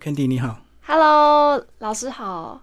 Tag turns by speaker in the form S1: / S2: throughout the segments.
S1: ，Candy 你好，
S2: Hello，老师好，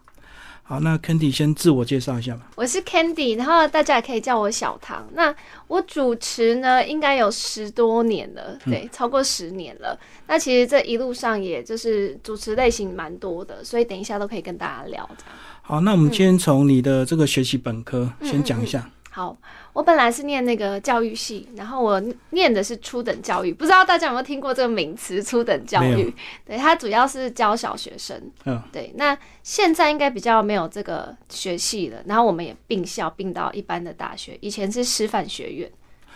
S1: 好，那 Candy 先自我介绍一下吧。
S2: 我是 Candy，然后大家也可以叫我小唐。那我主持呢，应该有十多年了，对，超过十年了。那其实这一路上，也就是主持类型蛮多的，所以等一下都可以跟大家聊这样。
S1: 好，那我们今天从你的这个学习本科
S2: 嗯
S1: 先讲一下。
S2: 好，我本来是念那个教育系，然后我念的是初等教育，不知道大家有没有听过这个名词“初等教
S1: 没
S2: 育”？对，它主要是教小学生。
S1: 嗯，
S2: 对，那现在应该比较没有这个学系了，然后我们也并校并到一般的大学，以前是师范学院。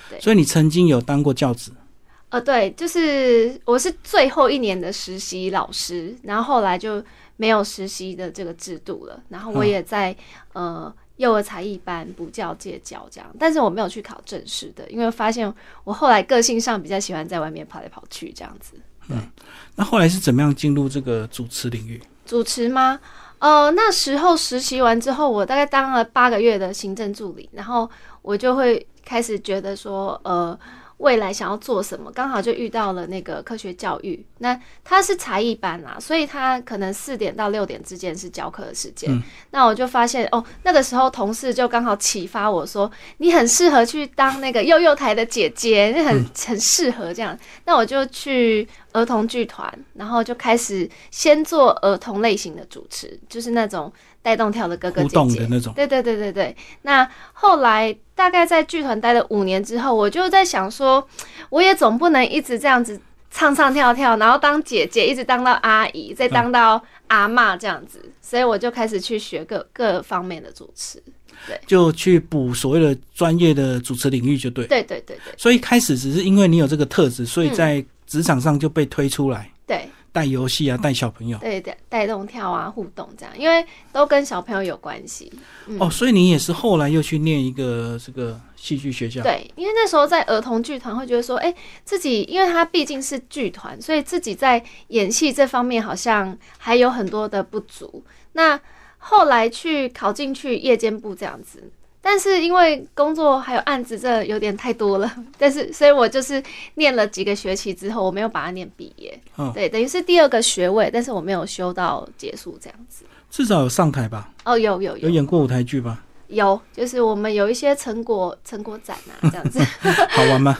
S2: 对
S1: 所以你曾经有当过教职，
S2: 呃，对，就是我是最后一年的实习老师，然后后来就没有实习的这个制度了，然后我
S1: 嗯
S2: 也在、呃幼儿才艺班补教界教这样，但是我没有去考正式的，因为发现我后来个性上比较喜欢在外面跑来跑去这样子。
S1: 那后来是怎么样进入这个主持领域？
S2: 主持吗？呃，那时候实习完之后，我大概当了八个月的行政助理，然后我就会开始觉得说，呃，未来想要做什么，刚好就遇到了那个科学教育，那它是才艺班啦，所以它可能四点到六点之间是教课的时间。
S1: 嗯
S2: 那我就发现，哦，那个时候同事就刚好启发我说，你很适合去当那个幼幼台的姐姐，你
S1: 嗯
S2: 很、很适合这样。那我就去儿童剧团，然后就开始先做儿童类型的主持，就是那种带动跳的哥哥
S1: 互
S2: 姐
S1: 动
S2: 姐
S1: 的。那种。
S2: 对对对对对。那后来大概在剧团待了五年之后，我就在想说，我也总不能一直这样子唱唱跳跳，然后当姐姐，一直当到阿姨，再当到阿嬷这样子，所以我就开始去学各各方面的主持。
S1: 就去补所谓的专业的主持领域，就对。
S2: 对对对对
S1: 所以一开始只是因为你有这个特质，所以
S2: 嗯
S1: 在职场上就被推出来，
S2: 对
S1: 带游戏啊，带小朋友。
S2: 对对，带动跳啊，互动这样，因为都跟小朋友有关系。嗯
S1: 哦，所以你也是后来又去念一个这个戏剧学校。
S2: 对，因为那时候在儿童剧团会觉得说，哎、自己因为他毕竟是剧团，所以自己在演戏这方面好像还有很多的不足。那后来去考进去夜间部这样子，但是因为工作还有案子，这有点太多了，但是所以我就是念了几个学期之后，我没有把它念毕业，
S1: 嗯
S2: 对，等于是第二个学位，但是我没有修到结束这样子。
S1: 至少有上台吧，
S2: 哦，有
S1: 有
S2: 有有
S1: 演过舞台剧吧？
S2: 有，就是我们有一些成果成果展啊，这样子。
S1: 好玩吗？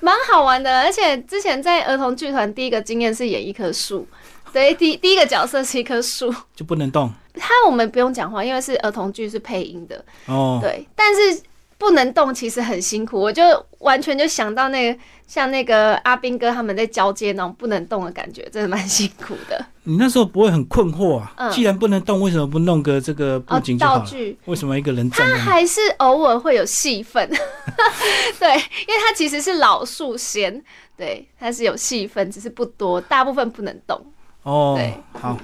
S2: 蛮好玩的，而且之前在儿童剧团第一个经验是演一棵树，对，第第一个角色是一棵树。
S1: 就不能动
S2: 它我们不用讲话，因为是儿童剧是配音的，
S1: 哦。
S2: 对。但是不能动其实很辛苦，我就完全就想到那个像那个阿兵哥他们在交接那种不能动的感觉，真的蛮辛苦的。
S1: 你那时候不会很困惑啊？
S2: 嗯
S1: 既然不能动，为什么不弄个这个布
S2: 哦
S1: 景，就好
S2: 道
S1: 了？
S2: 具
S1: 为什么一个人站在
S2: 他
S1: 那？
S2: 还是偶尔会有戏份， 对，因为他其实是老树先，对，他是有戏份，只是不多，大部分不能动。
S1: 哦
S2: 对，
S1: 好，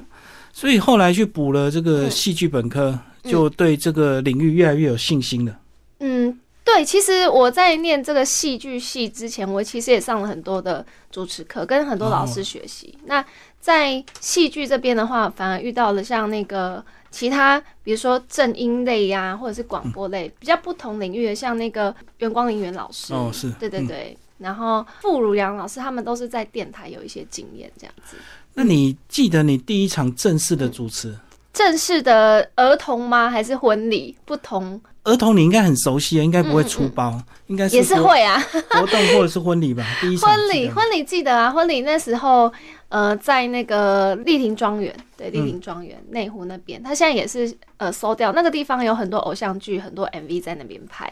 S1: 所以后来去补了这个戏剧本科，
S2: 嗯
S1: 就对这个领域越来越有信心了。
S2: 嗯，对，其实我在念这个戏剧系之前，我其实也上了很多的主持课，跟很多老师学习。那在戏剧这边的话，反而遇到了像那个其他，比如说正音类呀、或者是广播类，比较不同领域的，像那个袁光林袁老师，
S1: 哦，是，
S2: 对对
S1: 嗯。
S2: 对。然后傅如阳老师他们都是在电台有一些经验，这样子。
S1: 那你记得你第一场正式的主持，
S2: 正式的儿童吗？还是婚礼？不同
S1: 儿童你应该很熟悉，啊应该不会出包，应该是
S2: 嗯也是
S1: 活
S2: 会啊。
S1: 活动或者是婚礼吧？第一场
S2: 婚
S1: 记得
S2: 礼，
S1: 吗
S2: 婚礼记得啊，婚礼那时候，呃，在那个丽亭庄园，对，丽亭庄园内湖那边，它现在也是呃收掉，那个地方有很多偶像剧，很多 MV 在那边拍，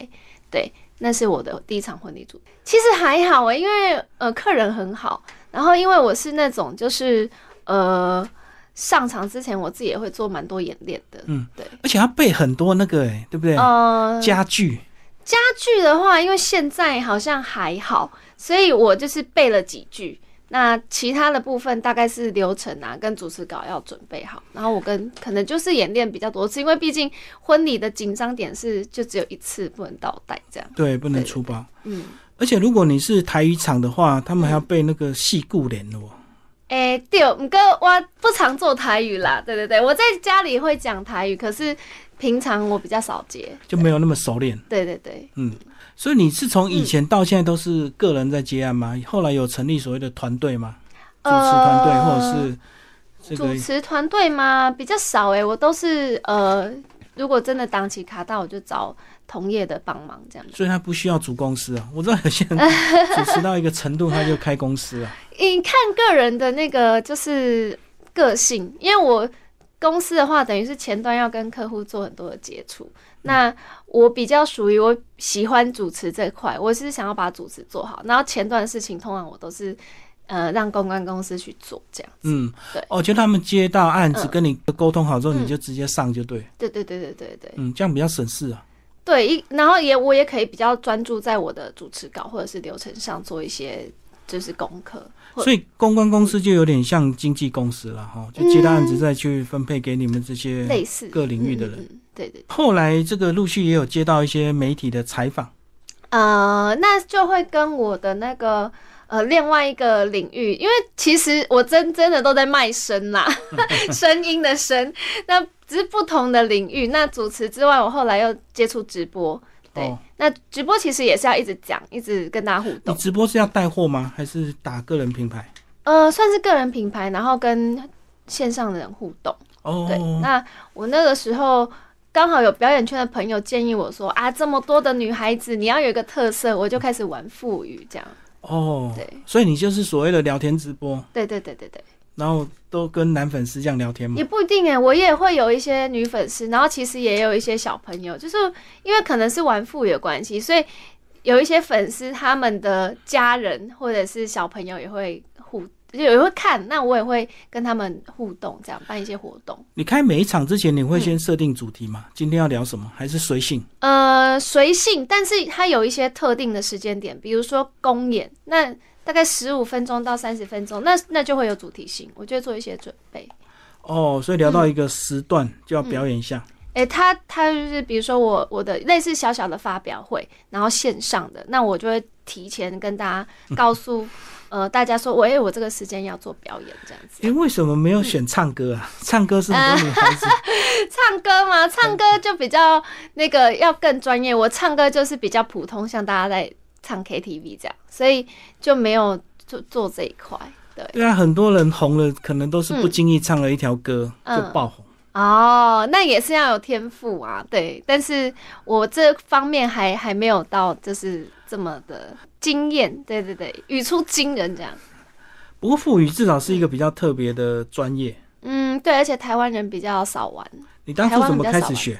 S2: 对，那是我的第一场婚礼主持。其实还好啊、因为呃客人很好，然后因为我是那种就是呃上场之前我自己也会做蛮多演练的，
S1: 嗯，
S2: 对，
S1: 而且他备很多那个、哎，对不对？
S2: 呃，
S1: 家具
S2: 家具的话，因为现在好像还好，所以我就是背了几句。那其他的部分大概是流程啊，跟主持稿要准备好。然后我跟可能就是演练比较多次，因为毕竟婚礼的紧张点是就只有一次，不能倒带这样。
S1: 对，不能
S2: 对
S1: 出包。
S2: 嗯，
S1: 而且如果你是台语场的话，他们还要背那个戏故联络。
S2: 诶、对，唔过我不常做台语啦，对对对，我在家里会讲台语，可是平常我比较少接。
S1: 就没有那么熟练。
S2: 对对对，
S1: 嗯，所以你是从以前到现在都是
S2: 嗯
S1: 个人在接案吗？后来有成立所谓的团队吗？主持团队，或者是这
S2: 呃主
S1: 个
S2: 持团队吗？比较少哎、我都是呃，如果真的档期卡到，我就找同业的帮忙这样。
S1: 所以他不需要主公司啊。我知道有些 人主持到一个程度，他就开公司啊。
S2: 你看个人的那个就是个性，因为我公司的话，等于是前端要跟客户做很多的接触。那我比较属于我喜欢主持这块，我是想要把主持做好，然后前端的事情通常我都是呃让公关公司去做这样。
S1: 嗯
S2: 对，
S1: 哦，就他们接到案子
S2: 嗯
S1: 跟你沟通好之后，
S2: 嗯
S1: 你就直接上就对。
S2: 对对对对对对。
S1: 嗯，这样比较省事啊。
S2: 对，一然后也我也可以比较专注在我的主持稿或者是流程上做一些就是功课，或
S1: 所以公关公司就有点像经纪公司了哈，就接到案子
S2: 嗯
S1: 再去分配给你们这些
S2: 类似
S1: 嗯各领域的人
S2: 嗯嗯嗯对对，
S1: 后来这个陆续也有接到一些媒体的采访，
S2: 呃，那就会跟我的那个呃另外一个领域，因为其实我真真的都在卖 身啦，声音的声，那只是不同的领域。那主持之外，我后来又接触直播。对，
S1: 哦
S2: 那直播其实也是要一直讲，一直跟大家互
S1: 你
S2: 动，
S1: 直播是要带货吗？还是打个人品牌？
S2: 呃，算是个人品牌，然后跟线上的人互动。对，
S1: 哦，
S2: 那我那个时候刚好有表演圈的朋友建议我说啊，这么多的女孩子，你要有一个特色，我就开始玩腹语这样。
S1: 哦，
S2: 对，
S1: 所以你就是所谓的聊天直播，
S2: 对对对对对，
S1: 然后都跟男粉丝这样聊天嘛
S2: 也。不一定哎，我也会有一些女粉丝，然后其实也有一些小朋友，就是因为可能是玩腹语的关系，所以有一些粉丝他们的家人或者是小朋友也会互。就也会看，那我也会跟他们互动，这样办一些活动。
S1: 你开每一场之前，你会先设定主题吗？
S2: 嗯
S1: 今天要聊什么？还是随性？
S2: 呃，随性，但是它有一些特定的时间点，比如说公演，那大概十五分钟到三十分钟，那那就会有主题性，我就会做一些准备。
S1: 哦，所以聊到一个时段就要表演一下。
S2: 诶、他他就是比如说我我的类似小小的发表会，然后线上的，那我就会提前跟大家告诉、呃大家说，我诶、我这个时间要做表演这样子。
S1: 诶，为什么没有选唱歌啊？
S2: 嗯
S1: 唱歌是很多女 孩子，
S2: 唱歌吗？唱歌就比较那个要更专业，我唱歌就是比较普通，像大家在唱 KTV 这样，所以就没有做做这一块。对，
S1: 对啊，很多人红了，可能都是不经意唱了一条歌就
S2: 嗯
S1: 爆红。
S2: 哦，那也是要有天赋啊，对。但是我这方面还还没有到，就是这么的惊艳，对对对，语出惊人这样。
S1: 不过腹语至少是一个比较特别的专业。
S2: 嗯，对，而且台湾人比较少玩，
S1: 你当初怎么开始学？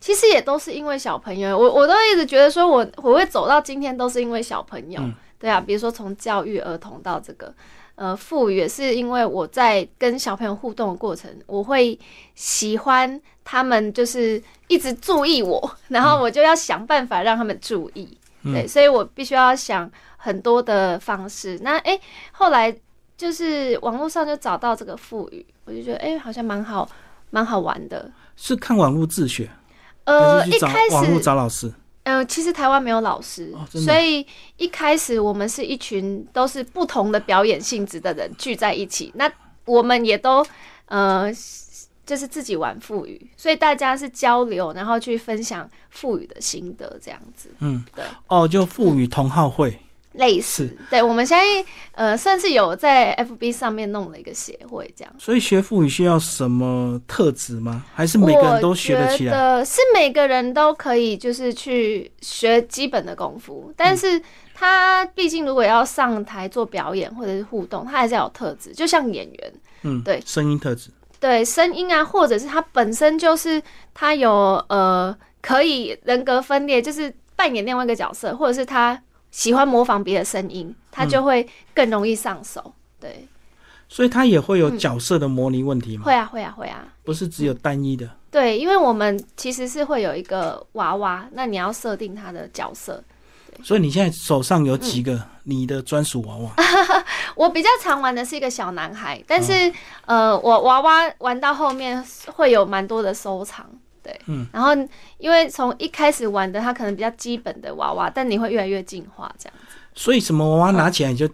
S2: 其实也都是因为小朋友，我我都一直觉得说我我会走到今天都是因为小朋友，
S1: 嗯
S2: 对啊，比如说从教育儿童到这个，呃，赋予也是因为我在跟小朋友互动的过程，我会喜欢他们就是一直注意我， 然后我就要想办法让他们注意，
S1: 嗯
S2: 对，所以我必须要想很多的方式。那诶，后来就是网络上就找到这个赋予，我就觉得诶，好像蛮好蛮好玩的。
S1: 是看网络自学，
S2: 呃，
S1: 还是
S2: 一
S1: 去找
S2: 开
S1: 网络
S2: 始
S1: 找老师？
S2: 呃，其实台湾没有老师，
S1: 哦真的
S2: 所以一开始我们是一群都是不同的表演性质的人聚在一起。那我们也都呃，就是自己玩腹语，所以大家是交流，然后去分享腹语的心得，这样子
S1: 嗯
S2: 对，
S1: 哦，就赋予同好会。
S2: 嗯类似。对，我们现在呃，算是有在 FB 上面弄了一个协会，这样。
S1: 所以学腹语需要什么特质吗？还是每个人都学得起
S2: 我觉
S1: 来？嗯
S2: 得嗯是每个人都可以，就是去学基本的功夫。但是他毕竟如果要上台做表演或者是互动，他还是要有特质，就像演员
S1: 嗯，
S2: 对
S1: 声音特质。
S2: 对声音啊，或者是他本身就是他有呃可以人格分裂，就是扮演另外一个角色，或者是他喜欢模仿别的声音，他就会更容易上手。对，
S1: 所以它也会有角色的模拟问题吗？
S2: 嗯会啊，会啊，会啊。
S1: 不是只有单一的。
S2: 对，因为我们其实是会有一个娃娃，那你要设定他的角色。
S1: 所以你现在手上有几
S2: 嗯
S1: 个你的专属娃
S2: 啊
S1: 娃？
S2: 我比较常玩的是一个小男孩，但是、
S1: 嗯
S2: 呃，我娃娃玩到后面会有蛮多的收藏，对，
S1: 嗯，
S2: 然后因为从一开始玩的他可能比较基本的娃娃，但你会越来越进化这样，
S1: 所以什么娃娃拿起来你就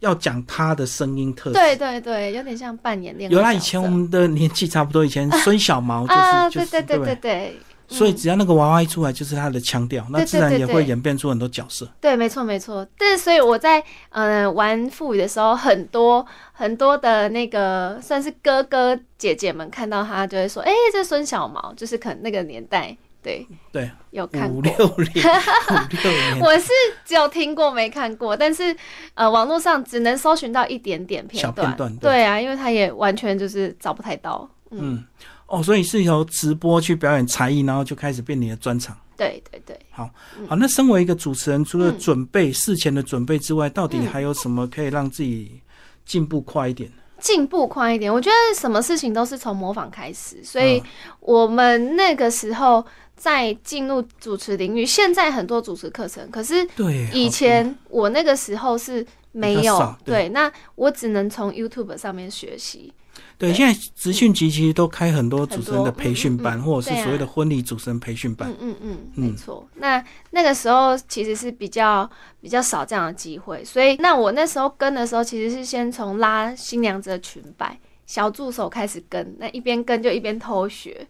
S1: 要讲它的声音特质。
S2: 对对对，有点像扮演恋爱
S1: 有啦，
S2: 角
S1: 以前
S2: 色
S1: 我们的年纪差不多，以前孙小毛就是、
S2: 啊，
S1: 就
S2: 对
S1: 是
S2: 对对
S1: 不
S2: 对对，
S1: 所以只要那个娃娃一出来，就是他的腔调，那
S2: 嗯对对
S1: 自然
S2: 对
S1: 也会
S2: 对
S1: 演变出很多角色。
S2: 对，没错没错。但是所以我在呃玩父语的时候，很多很多的那个算是哥哥姐姐们看到他就会说：“哎、这孙小毛，就是可能那个年代对
S1: 对，
S2: 有看
S1: 五
S2: 过。
S1: 六 年，五六年，
S2: 我是只有听过没看过，但是呃，网络上只能搜寻到一点点片
S1: 小
S2: 段。
S1: 片段对
S2: 对啊，因为他也完全就是找不太到。嗯，
S1: 嗯，哦，所以是由直播去表演才艺，然后就开始变你的专场。
S2: 对对对。
S1: 好，那身为一个主持人，除了
S2: 嗯
S1: 准备、事前的准备之外，到底
S2: 嗯
S1: 还有什么可以让自己进步快一点？
S2: 进步快一点。我觉得什么事情都是从模仿开始，所
S1: 嗯
S2: 以我们那个时候在进入主持领域，现在很多主持课程，可是
S1: 对，哎啊好嗯
S2: 以前我那个时候是没
S1: 比较
S2: 有
S1: 少，对
S2: 对，那我只能从 YouTube 上面学习。
S1: 对，现在职训集其实都开很多主持人的
S2: 很多
S1: 培训班，
S2: 嗯嗯嗯
S1: 或者是
S2: 对啊
S1: 所谓的婚礼主持人培训班。
S2: 嗯嗯嗯，
S1: 嗯
S2: 没错。那那个时候其实是比较比较少这样的机会，所以那我那时候跟的时候，其实是先从拉新娘子的裙摆。小助手开始跟，那一边跟就一边偷学，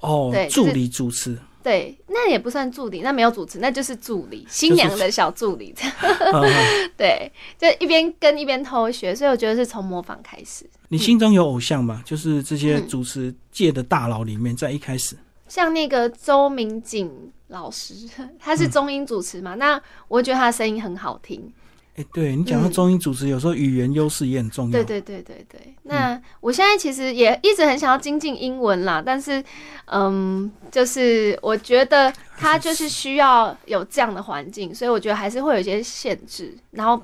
S1: 哦
S2: 对，就是
S1: 助理主 持，
S2: 对，那也不算助理，那没有主持，那就是助理，新娘的小助理，这 样
S1: 嗯嗯
S2: 对，就一边跟一边偷学，所以我觉得是从模仿开始。
S1: 你心中有偶像吗？就是这些
S2: 嗯
S1: 主持界的大佬里面，在一开始，
S2: 像那个周明景老师，他是中英主持嘛，那我觉得他的声音很好听。
S1: 哎，对你讲到
S2: 嗯
S1: 中英主持，有时候语言优势也很重要。
S2: 对对对对对。那我现在其实也一直很想要精进英文啦，但是，嗯，就是我觉得他就是需要有这样的环境，所以我觉得还是会有一些限制，然后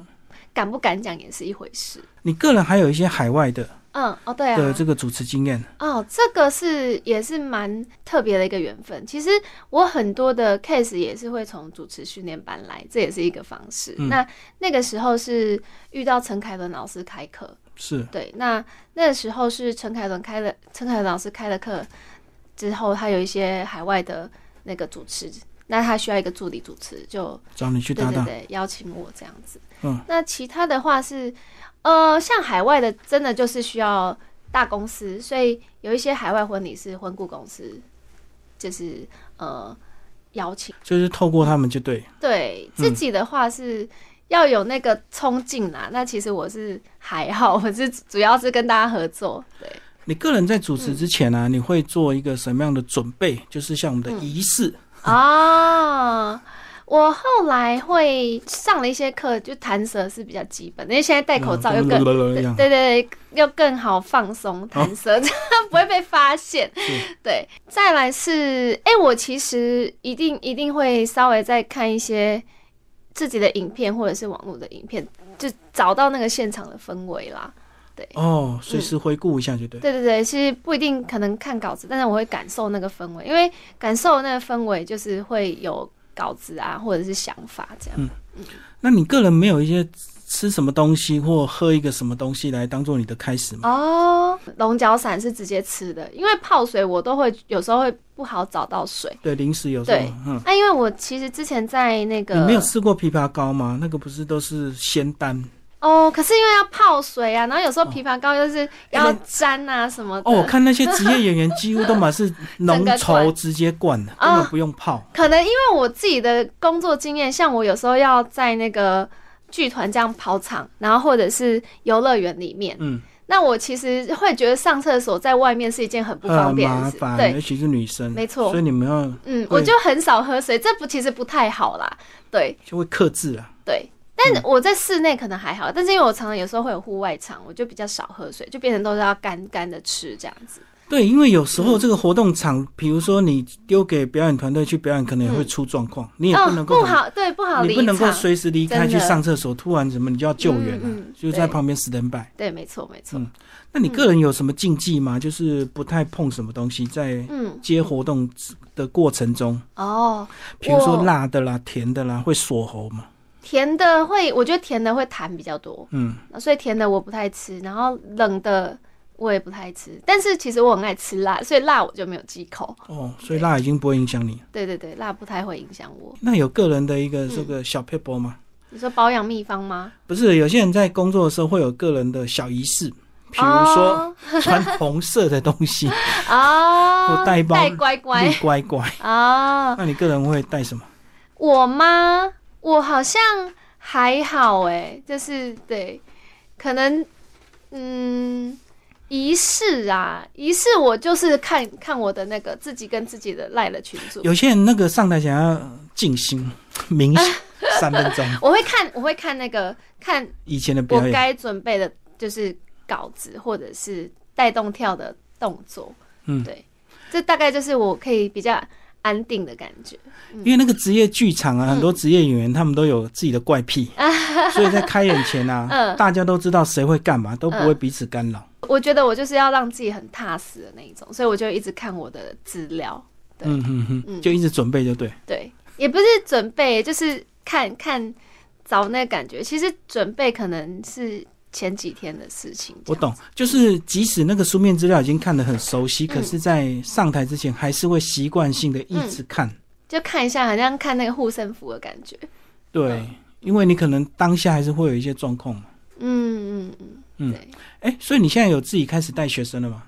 S2: 敢不敢讲也是一回事。
S1: 你个人还有一些海外的
S2: 嗯，哦，对啊，
S1: 的这个主持经验，
S2: 哦，这个是也是蛮特别的一个缘分。其实我很多的 case 也是会从主持训练班来，这也是一个方式。
S1: 嗯
S2: 那那个时候是遇到陈凯伦老师开课，
S1: 是
S2: 对，那那个时候是陈凯伦开了，陈凯伦老师开了课之后，他有一些海外的那个主持，那他需要一个助理主持，就
S1: 找你去
S2: 对
S1: 搭
S2: 对
S1: 档。
S2: 对，邀请我这样子。
S1: 嗯，
S2: 那其他的话是，呃，像海外的真的就是需要大公司，所以有一些海外婚礼是婚顾公司，就是呃邀请。
S1: 就是透过他们就对。
S2: 对
S1: 嗯
S2: 自己的话是。要有那个冲劲啦，那其实我是还好， 我是主要是跟大家合作，对，
S1: 你个人在主
S2: 嗯
S1: 持之前呢、啊，你会做一个什么样的准备？就是像我
S2: 嗯
S1: 们的仪式，
S2: 啊，我后来会上了一些课，就弹舌是比较基本的，因为现在戴口
S1: 嗯
S2: 罩又
S1: 更
S2: 更、
S1: 一
S2: 对
S1: 样。哦
S2: 对对，又更好放松弹舌， 这样不会被发现
S1: 是。
S2: 对，再来是，哎、我其实一定一定会稍微再看一些自己的影片或者是网络的影片，就找到那个现场的氛围啦。
S1: 哦，随时回顾一下就对。
S2: 嗯对对对，其实不一定可能看稿子，但是我会感受那个氛围，因为感受那个氛围就是会有稿子啊，或者是想法这
S1: 嗯
S2: 样。
S1: 那你个人没有一些吃什么东西或喝一个什么东西来当做你的开始吗？
S2: 哦，龙角散是直接吃的，因为泡水我都会有时候会不好找到水。
S1: 对，零食有时候
S2: 对，
S1: 嗯，
S2: 啊那、因为我其实之前在那
S1: 你
S2: 个
S1: 没有吃过枇杷膏吗？那个不是都是仙丹？
S2: 哦，可是因为要泡水啊，然后有时候
S1: 哦
S2: 枇杷膏又是
S1: 哎
S2: 要
S1: 那
S2: 沾啊什么的。
S1: 哦，我看那些职业演员几乎都满是 浓稠直接灌
S2: 啊
S1: 的，根本不用泡。
S2: 可能因为我自己的工作经验，像我有时候要在那个剧团这样跑场，然后或者是游乐园里面，
S1: 嗯，
S2: 那我其实会觉得上厕所在外面是一件很不方
S1: 很
S2: 便
S1: 呃麻
S2: 的事。
S1: 烦，
S2: 对
S1: 尤，其是女生，
S2: 没错
S1: 所以你们要
S2: 嗯，
S1: 会
S2: 我就很少喝水，这不其实不太好啦。对
S1: 就会克制啊。
S2: 对。但我在室内可能还好，但是因为我常常有时候会有户外场，我就比较少喝水，就变成都是要干干的吃这样子。
S1: 对，因为有时候这个活动场，比如说你丢给表演团队去表演，可能也会出状况，你也不能够
S2: 哦、不
S1: 很，
S2: 好，对，不好
S1: 你
S2: 离
S1: 不能够
S2: 场。
S1: 随时离开
S2: 真
S1: 去
S2: 的
S1: 上厕所，突然怎么你就要救援了、啊
S2: 嗯嗯
S1: 就在
S2: 对
S1: 旁边 stand by。
S2: 对，没错，没错。
S1: 嗯那你个人有什么禁忌吗？就是不太碰什么东西，在
S2: 嗯，
S1: 接活动的过程中，
S2: 哦，
S1: 比如说
S2: 我
S1: 辣的啦、甜的啦，会锁喉嘛？
S2: 甜的会，我觉得甜的会痰比较多，
S1: 嗯，
S2: 所以甜的我不太吃，然后冷的我也不太吃。但是其实我很爱吃辣，所以辣我就没有忌口。
S1: 哦，所以辣已经不会影响你。
S2: 对对对，辣不太会影响我。
S1: 那有个人的一个这个小 p e p e 吗？
S2: 你说保养秘方吗？
S1: 不是，有些人在工作的时候会有个人的小仪式，比如
S2: 哦
S1: 说穿红色的东西，
S2: 啊，
S1: 我带一包嗯
S2: 带乖乖
S1: 绿乖乖。
S2: 啊，
S1: 那你个人会带什么？
S2: 我吗？我好像还好哎、就是对，可能嗯，仪式啊，仪式我就是看看我的那个自己跟自己的赖了群组，
S1: 有些人那个上台想要静心冥想三分钟，
S2: 我会看我会看那个看
S1: 以前的
S2: 我
S1: 表演，
S2: 该准备的就是稿子或者是带动跳的动作，
S1: 嗯
S2: 对，这大概就是我可以比较安定的感觉。
S1: 因为那个职业剧场
S2: 嗯
S1: 啊，很多职业演员他们都有自己的怪 癖，所以在开演前啊，
S2: 嗯
S1: 大家都知道谁会干嘛，都不会彼此干扰。
S2: 我觉得我就是要让自己很踏实的那一种，所以我就一直看我的资料，对
S1: 嗯哼哼，
S2: 嗯
S1: 就一直准备就对。
S2: 对，也不是准备，就是看看找那个感觉。其实准备可能是前几天的事情，
S1: 我懂，就是即使那个书面资料已经看得很熟
S2: 嗯
S1: 悉，可是，在上台之前还是会习惯性的一直看。
S2: 就看一下，好像看那个护身符的感觉。
S1: 对，因为你可能当下还是会有一些状况嘛。
S2: 嗯嗯嗯，
S1: 嗯
S2: 对。
S1: 哎、所以你现在有自己开始带学生了吗？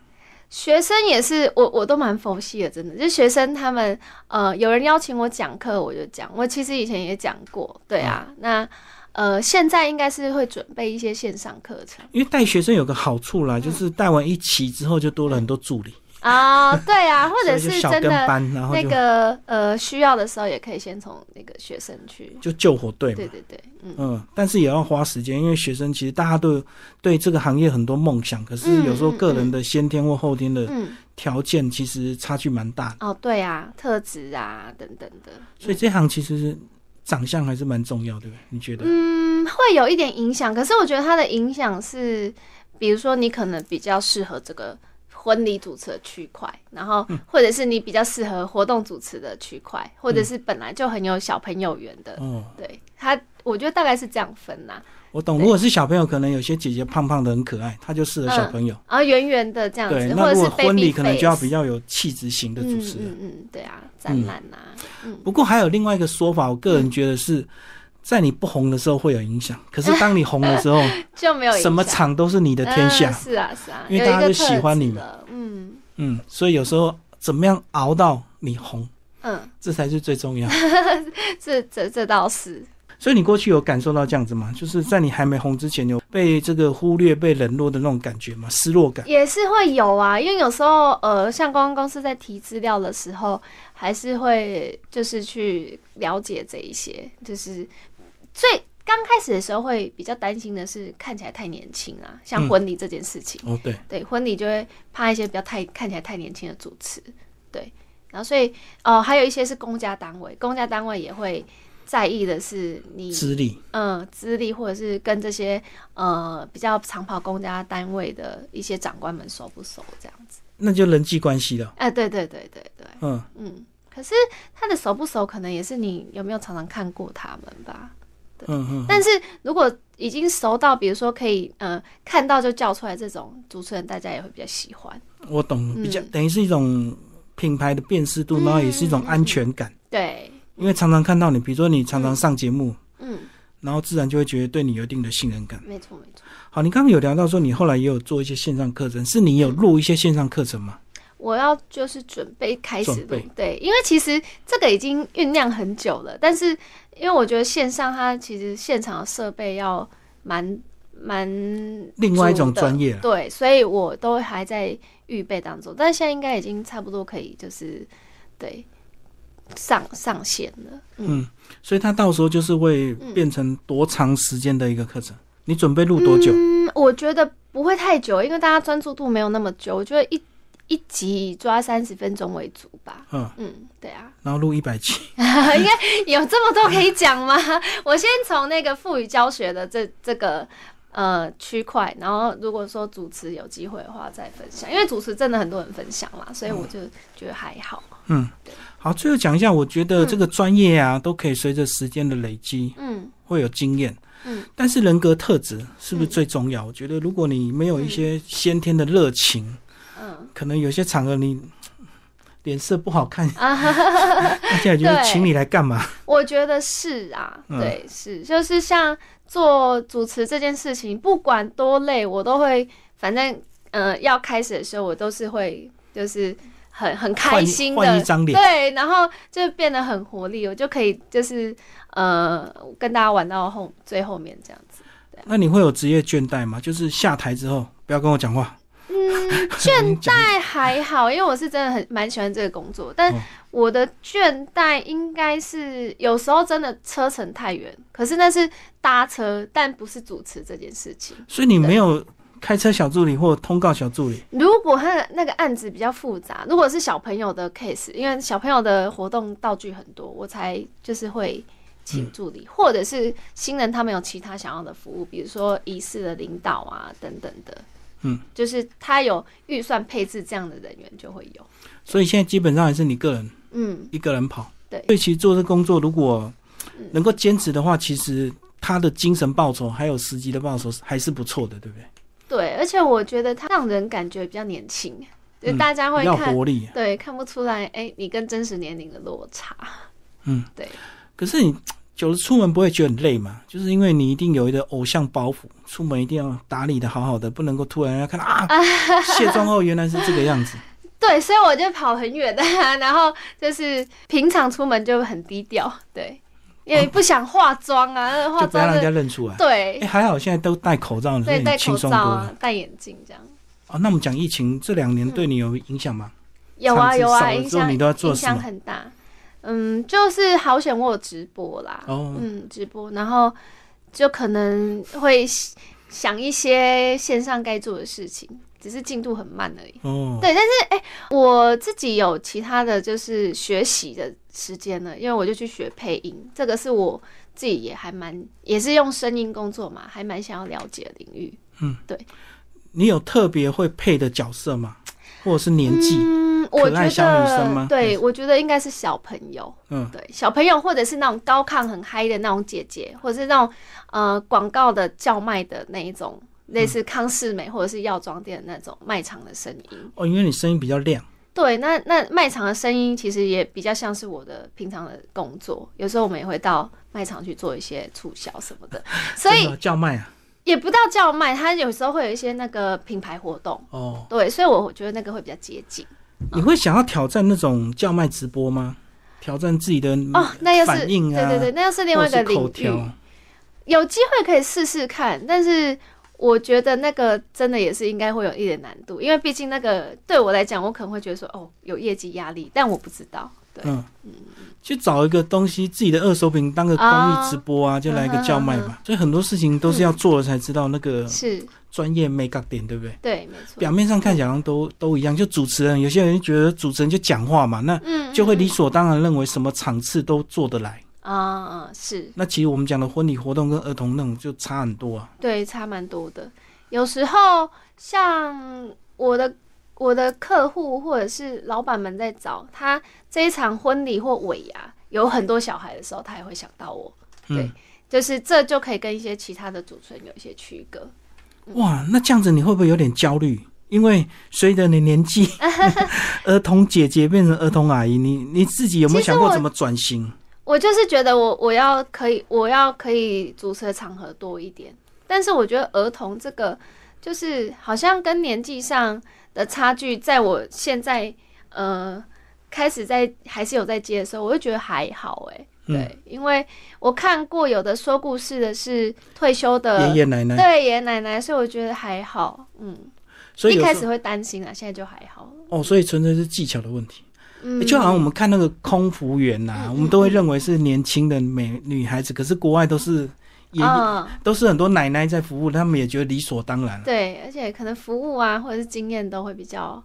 S2: 学生也是，我我都蛮佛系的，真的。就学生他们，呃，有人邀请我讲课，我就讲。我其实以前也讲过，对啊。
S1: 嗯
S2: 那呃，现在应该是会准备一些线上课程
S1: 因为带学生有个好处
S2: 嗯
S1: 啦，就是带完一期之后就多了很多助理，
S2: 啊、对啊，或者
S1: 所以就
S2: 是
S1: 小
S2: 真
S1: 跟
S2: 的
S1: 班，然后
S2: 那
S1: 就、
S2: 个呃需要的时候，也可以先从那个学生去。
S1: 就救火队嘛。
S2: 对对对，嗯
S1: 嗯，但是也要花时间，因为学生其实大家都有对这个行业很多梦想，可是
S2: 嗯
S1: 有时候
S2: 嗯
S1: 个人的先天或后天的
S2: 嗯，
S1: 条件其实差距蛮大的。
S2: 哦，对啊，特质啊等等的，
S1: 所以这行其实长相还是蛮重要，对不对？你觉得？
S2: 嗯，会有一点影响，可是我觉得它的影响是，比如说你可能比较适合这个婚礼主持的区块，然后
S1: 嗯
S2: 或者是你比较适合活动主持的区块，或者是本来就很有小朋友缘的，
S1: 哦，
S2: 对它，我觉得大概是这样分啦。
S1: 我懂。
S2: 对
S1: 如果是小朋友，可能有些姐姐胖胖的很可爱，她就适合小朋友。
S2: 然后啊圆圆的这样
S1: 对，
S2: 子，
S1: 那
S2: 或者
S1: 如果
S2: 是
S1: 婚
S2: baby
S1: 礼可能就要
S2: face
S1: 比较有气质型的主持人。
S2: 嗯嗯嗯，对啊，展览呐、嗯
S1: 不过还有另外一个说法，我个人觉得是。在你不红的时候会有影响，可是当你红的时候，
S2: 就 没有影响
S1: 什么场都是你的天下
S2: 嗯。是啊是啊，
S1: 因为
S2: 有一
S1: 大家
S2: 个
S1: 就喜欢你
S2: 特质的，嗯
S1: 嗯，所以有时候怎么样熬到你红，
S2: 嗯，
S1: 这才是最重要。
S2: 这这这倒是，
S1: 所以你过去有感受到这样子吗？就是在你还没红之前，有被这个忽略、被冷落的那种感觉吗？失落感？
S2: 也是会有啊，因为有时候呃，像公关公司在提资料的时候，还是会就是去了解这一些，就是最刚开始的时候会比较担心的是看起来太年轻啊，像
S1: 嗯
S2: 婚礼这件事情，
S1: 哦，对，
S2: 对婚礼就会怕一些比较太看起来太年轻的主持，对，然后所以呃，还有一些是公家单位，公家单位也会在意的是你
S1: 资历。
S2: 嗯，资历或者是跟这些呃比较长跑公家单位的一些长官们熟不熟这样子？
S1: 那就人际关系了。
S2: 哎、对对对对对，
S1: 嗯，
S2: 嗯。可是他的熟不熟，可能也是你有没有常常看过他们吧。
S1: 嗯嗯，
S2: 但是如果已经熟到，比如说可以呃看到就叫出来这种主持人，大家也会比较喜欢。
S1: 我懂，比较
S2: 嗯
S1: 等于是一种品牌的辨识度，
S2: 嗯
S1: 然后也是一种安全感，
S2: 对，
S1: 因为常常看到你，比如说你常常上节目，
S2: 嗯，
S1: 然后自然就会觉得对你有一定的信任感。
S2: 没错没错。
S1: 好，你刚刚有聊到说你后来也有做一些线上课程，是你有录一些线上课程吗？
S2: 我要就是准备开始
S1: 准
S2: 录
S1: 备，
S2: 对，因为其实这个已经酝酿很久了，但是因为我觉得线上它其实现场的设备要蛮蛮
S1: 另外一种
S2: 足的
S1: 专业啦啊
S2: 对，所以我都还在预备当中，但现在应该已经差不多可以就是对上上线了，嗯，
S1: 嗯，所以它到时候就是会变成多长时间的一个课程？你准备录多久？
S2: 嗯，我觉得不会太久，因为大家专注度没有那么久，我觉得一一集以抓三十分钟为主吧，
S1: 嗯，
S2: 嗯，对啊。
S1: 然后录一百期，
S2: 有这么多可以讲吗？ 我先从那个赋予教学的这这个呃区块，然后如果说主持有机会的话再分享，因为主持真的很多人分享啦，所以我就觉得还好。
S1: 嗯
S2: 对。
S1: 好，最后讲一下，我觉得这个专业啊，都可以随着时间的累积，
S2: 嗯
S1: 会有经验，
S2: 嗯，
S1: 但是人格特质是不是最重要？我觉得如果你没有一些先天的热情，
S2: 嗯
S1: 可能有些场合你嗯脸色不好看，
S2: 啊，
S1: 大家也觉得哎
S2: 对
S1: 请你来干嘛？
S2: 我觉得是啊，
S1: 嗯
S2: 对，是就是像做主持这件事情，不管多累，我都会。反正呃要开始的时候，我都是会就是很很开
S1: 换一
S2: 心
S1: 换
S2: 的
S1: 一，张脸，
S2: 对，然后就变得很活力，我就可以就是呃跟大家玩到后最后面这样子。
S1: 那你会有职业倦怠吗？就是下台之后不要跟我讲话，
S2: 嗯， 倦怠还好，因为我是真的很蛮喜欢这个工作，但
S1: 哦
S2: 我的倦怠应该是有时候真的车程太远，可是那是搭车，但不是主持这件事情。
S1: 所以你没有开车小助理或通告小助理，
S2: 如果他的那个案子比较复杂，如果是小朋友的 case，因为小朋友的活动道具很多，我才就是会请助理，或者是新人他们有其他想要的服务，比如说仪式的领导啊等等的。
S1: 嗯，
S2: 就是他有预算配置这样的人员就会有。
S1: 所以现在基本上还是你个人
S2: 嗯，
S1: 一个人跑。
S2: 对嗯
S1: 所以其实做这工作，如果能够坚持的话，其实他的精神报酬还有实际的报酬还是不错的，对不对？
S2: 对，而且我觉得他让人感觉比较年轻，就
S1: 嗯
S2: 大家会
S1: 比较有
S2: 看，
S1: 活力。
S2: 对，看不出来，哎、你跟真实年龄的落差。
S1: 嗯，
S2: 对。
S1: 可是你久了出门不会觉得很累嘛？就是因为你一定有一个偶像包袱，出门一定要打理的好好的，不能够突然人家看到 啊，卸妆后原来是这个样子。
S2: 对，所以我就跑很远的、然后就是平常出门就很低调，对，因为不想化妆啊， 那化
S1: 就不要
S2: 妆
S1: 让人家
S2: 的
S1: 认出来。
S2: 对
S1: 哎、还好现在都戴口罩，所以
S2: 对，
S1: 你
S2: 戴
S1: 轻
S2: 口
S1: 松
S2: 罩
S1: 多了。
S2: 啊，戴眼镜这样。
S1: 哦，那我们讲疫情这两年对你有影响吗？
S2: 有啊
S1: 场子
S2: 有
S1: 少
S2: 啊，
S1: 了
S2: 影
S1: 之后
S2: 响
S1: 你都要做
S2: 影
S1: 什么
S2: 响很大。嗯，就是好险我有直播啦，
S1: 哦
S2: 嗯，直播，然后就可能会想一些线上该做的事情，只是进度很慢而已。
S1: 哦，
S2: 对我自己有其他的就是学习的时间了，因为我就去学配音，这个是我自己也还蛮也是用声音工作嘛，还蛮想要了解的领域。
S1: 你有特别会配的角色吗？或者是年纪？
S2: 嗯，
S1: 可
S2: 我
S1: 爱
S2: 觉
S1: 小女生吗
S2: 得对，我觉得应该是小朋友，
S1: 嗯
S2: 对小朋友或者是那种高亢很嗨的那种姐姐，或者是那种呃广告的叫卖的那一种，类
S1: 嗯
S2: 似康士美或者是药妆店的那种卖场的声音。
S1: 哦，因为你声音比较亮，
S2: 对，那那卖场的声音其实也比较像是我的平常的工作，有时候我们也会到卖场去做一些促销什么的， 所
S1: 真
S2: 以
S1: 的叫卖啊。
S2: 也不到叫卖，它有时候会有一些那个品牌活动，
S1: 哦，
S2: 对，所以我觉得那个会比较接近。
S1: 你会想要挑战那种叫卖直播吗？挑战自己的
S2: 哦，那又是
S1: 嗯反应啊，
S2: 对对对，那又是另外一个
S1: 或者是
S2: 领
S1: 口
S2: 域，
S1: 条。
S2: 有机会可以试试看，但是。我觉得那个真的也是应该会有一点难度，因为毕竟那个对我来讲，我可能会觉得说哦有业绩压力，但我不知道。对，
S1: 嗯，去找一个东西，自己的二手品当个公益直播啊，就来一个叫卖
S2: 嗯
S1: 吧。所以很多事情都是要做了才知道那个
S2: 是，
S1: 专业 make up 点，对不对？
S2: 对，没错。
S1: 表面上看起来好像都都一样，就主持人，有些人觉得主持人就讲话嘛，那
S2: 嗯
S1: 就会理所当然认为什么场次都做得来。
S2: 啊、嗯，是
S1: 那其实我们讲的婚礼活动跟儿童那种就差很多啊。
S2: 对，差蛮多的。有时候像我的我的客户或者是老板们在找他这一场婚礼或尾牙有很多小孩的时候，他也会想到我，对
S1: 嗯，
S2: 就是这就可以跟一些其他的主持人有一些区隔。嗯
S1: 哇，那这样子你会不会有点焦虑？因为随着你年 纪，儿童姐姐变成儿童阿姨，你你自己有没有
S2: 其实
S1: 想过
S2: 我
S1: 怎么转型？
S2: 我就是觉得我我要可以我要可以主持的场合多一点，但是我觉得儿童这个就是好像跟年纪上的差距，在我现在呃开始在还是有在接的时候，我就觉得还好哎、
S1: 嗯
S2: 对，因为我看过有的说故事的是退休的
S1: 爷爷奶奶，
S2: 呃对爷爷奶奶，所以我觉得还好，嗯，
S1: 所以
S2: 一
S1: 有
S2: 开
S1: 时
S2: 始
S1: 候
S2: 会担心啊，现在就还好了，
S1: 哦，所以纯粹是技巧的问题。
S2: 嗯，
S1: 欸就好像我们看那个空服员呐、
S2: 嗯嗯
S1: 我们都会认为是年轻的美女孩子，可是国外都是爷爷、
S2: 嗯
S1: 都是很多奶奶在服务，他们也觉得理所当然了，
S2: 对，而且可能服务啊，或者是经验都会比较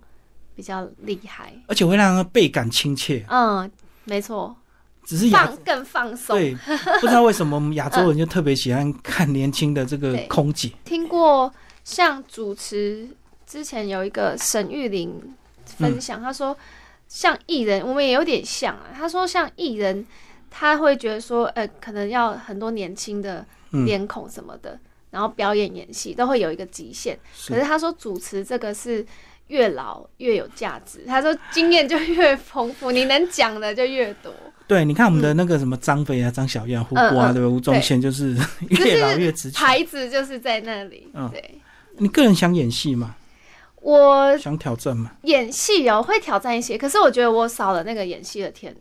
S2: 比较厉害。
S1: 而且会让他倍感亲切。
S2: 嗯，没错，
S1: 只是亚
S2: 放更放松。
S1: 对，不知道为什么我们亚洲人就特别喜欢看年轻的这个
S2: 对
S1: 空姐。
S2: 听过像主持之前有一个沈玉玲
S1: 嗯
S2: 分享，她说像艺人，我们也有点像啊。她说像艺人，他会觉得说，呃，可能要很多年轻的
S1: 嗯
S2: 脸孔什么的，然后表演演戏都会有一个极限。可
S1: 是
S2: 是他说主持这个是越老越有价值，他说经验就越丰富，你能讲的就越多，
S1: 对，你看我们的那个什么张飞啊、张小燕、胡瓜
S2: 嗯嗯嗯
S1: 对吧？吴宗宪就是
S2: 就是
S1: 越老越值钱。
S2: 牌子就是在那里。
S1: 嗯
S2: 对，
S1: 你个人想演戏吗？
S2: 我
S1: 想挑战吗？
S2: 演戏哦，会挑战一些，可是我觉得我少了那个演戏的天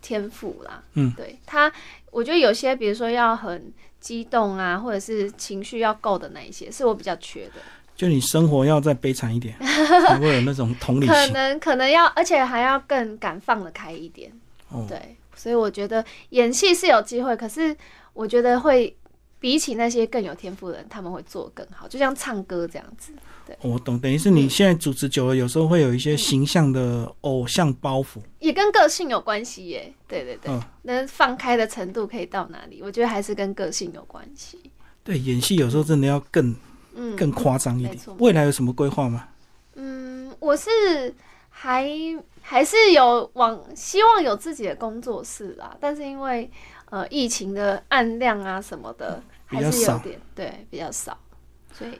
S2: 天赋啦。
S1: 嗯，
S2: 对他，我觉得有些，比如说要很激动啊，或者是情绪要够的那一些，是我比较缺的。
S1: 就你生活要再悲惨 一点，才会有那种同理
S2: 可
S1: 心。
S2: 能可能要，而且还要更敢放得开一点。
S1: 哦，
S2: 对，所以我觉得演戏是有机会，可是我觉得会比起那些更有天赋的人，他们会做得更好，就像唱歌这样子。
S1: 我懂，等于是你现在主持久了，有时候会有一
S2: 嗯
S1: 些形象的偶像包袱。
S2: 也跟个性有关系耶，对对对，
S1: 嗯
S2: 能放开的程度可以到哪里？我觉得还是跟个性有关系。
S1: 对，演戏有时候真的要更
S2: 嗯，
S1: 更夸张一
S2: 没
S1: 点
S2: 错。
S1: 未来有什么规划吗？
S2: 嗯，我是还还是有往希望有自己的工作室啦，但是因为呃疫情的案量啊什么的，
S1: 嗯比
S2: 还
S1: 较
S2: 是
S1: 少
S2: 有点对比较少，所以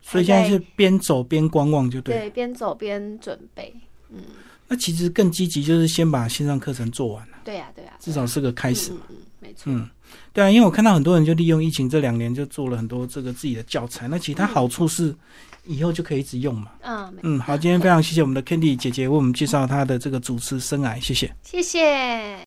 S1: 所以现在是边走边观望，就对了。
S2: 对边走边准备。
S1: 那其实更积极就是先把线上课程做完了，
S2: 对呀、对呀、
S1: 至少是个开始。
S2: 嗯嗯嗯，没错。
S1: 嗯，对啊，因为我看到很多人就利用疫情这两年就做了很多这个自己的教材，那其他好处是以后就可以一直用嘛。
S2: 嗯，没
S1: 嗯，好，今天非常谢谢我们的 Candy 姐姐为我们介绍她的这个主持生涯，谢谢。
S2: 谢谢。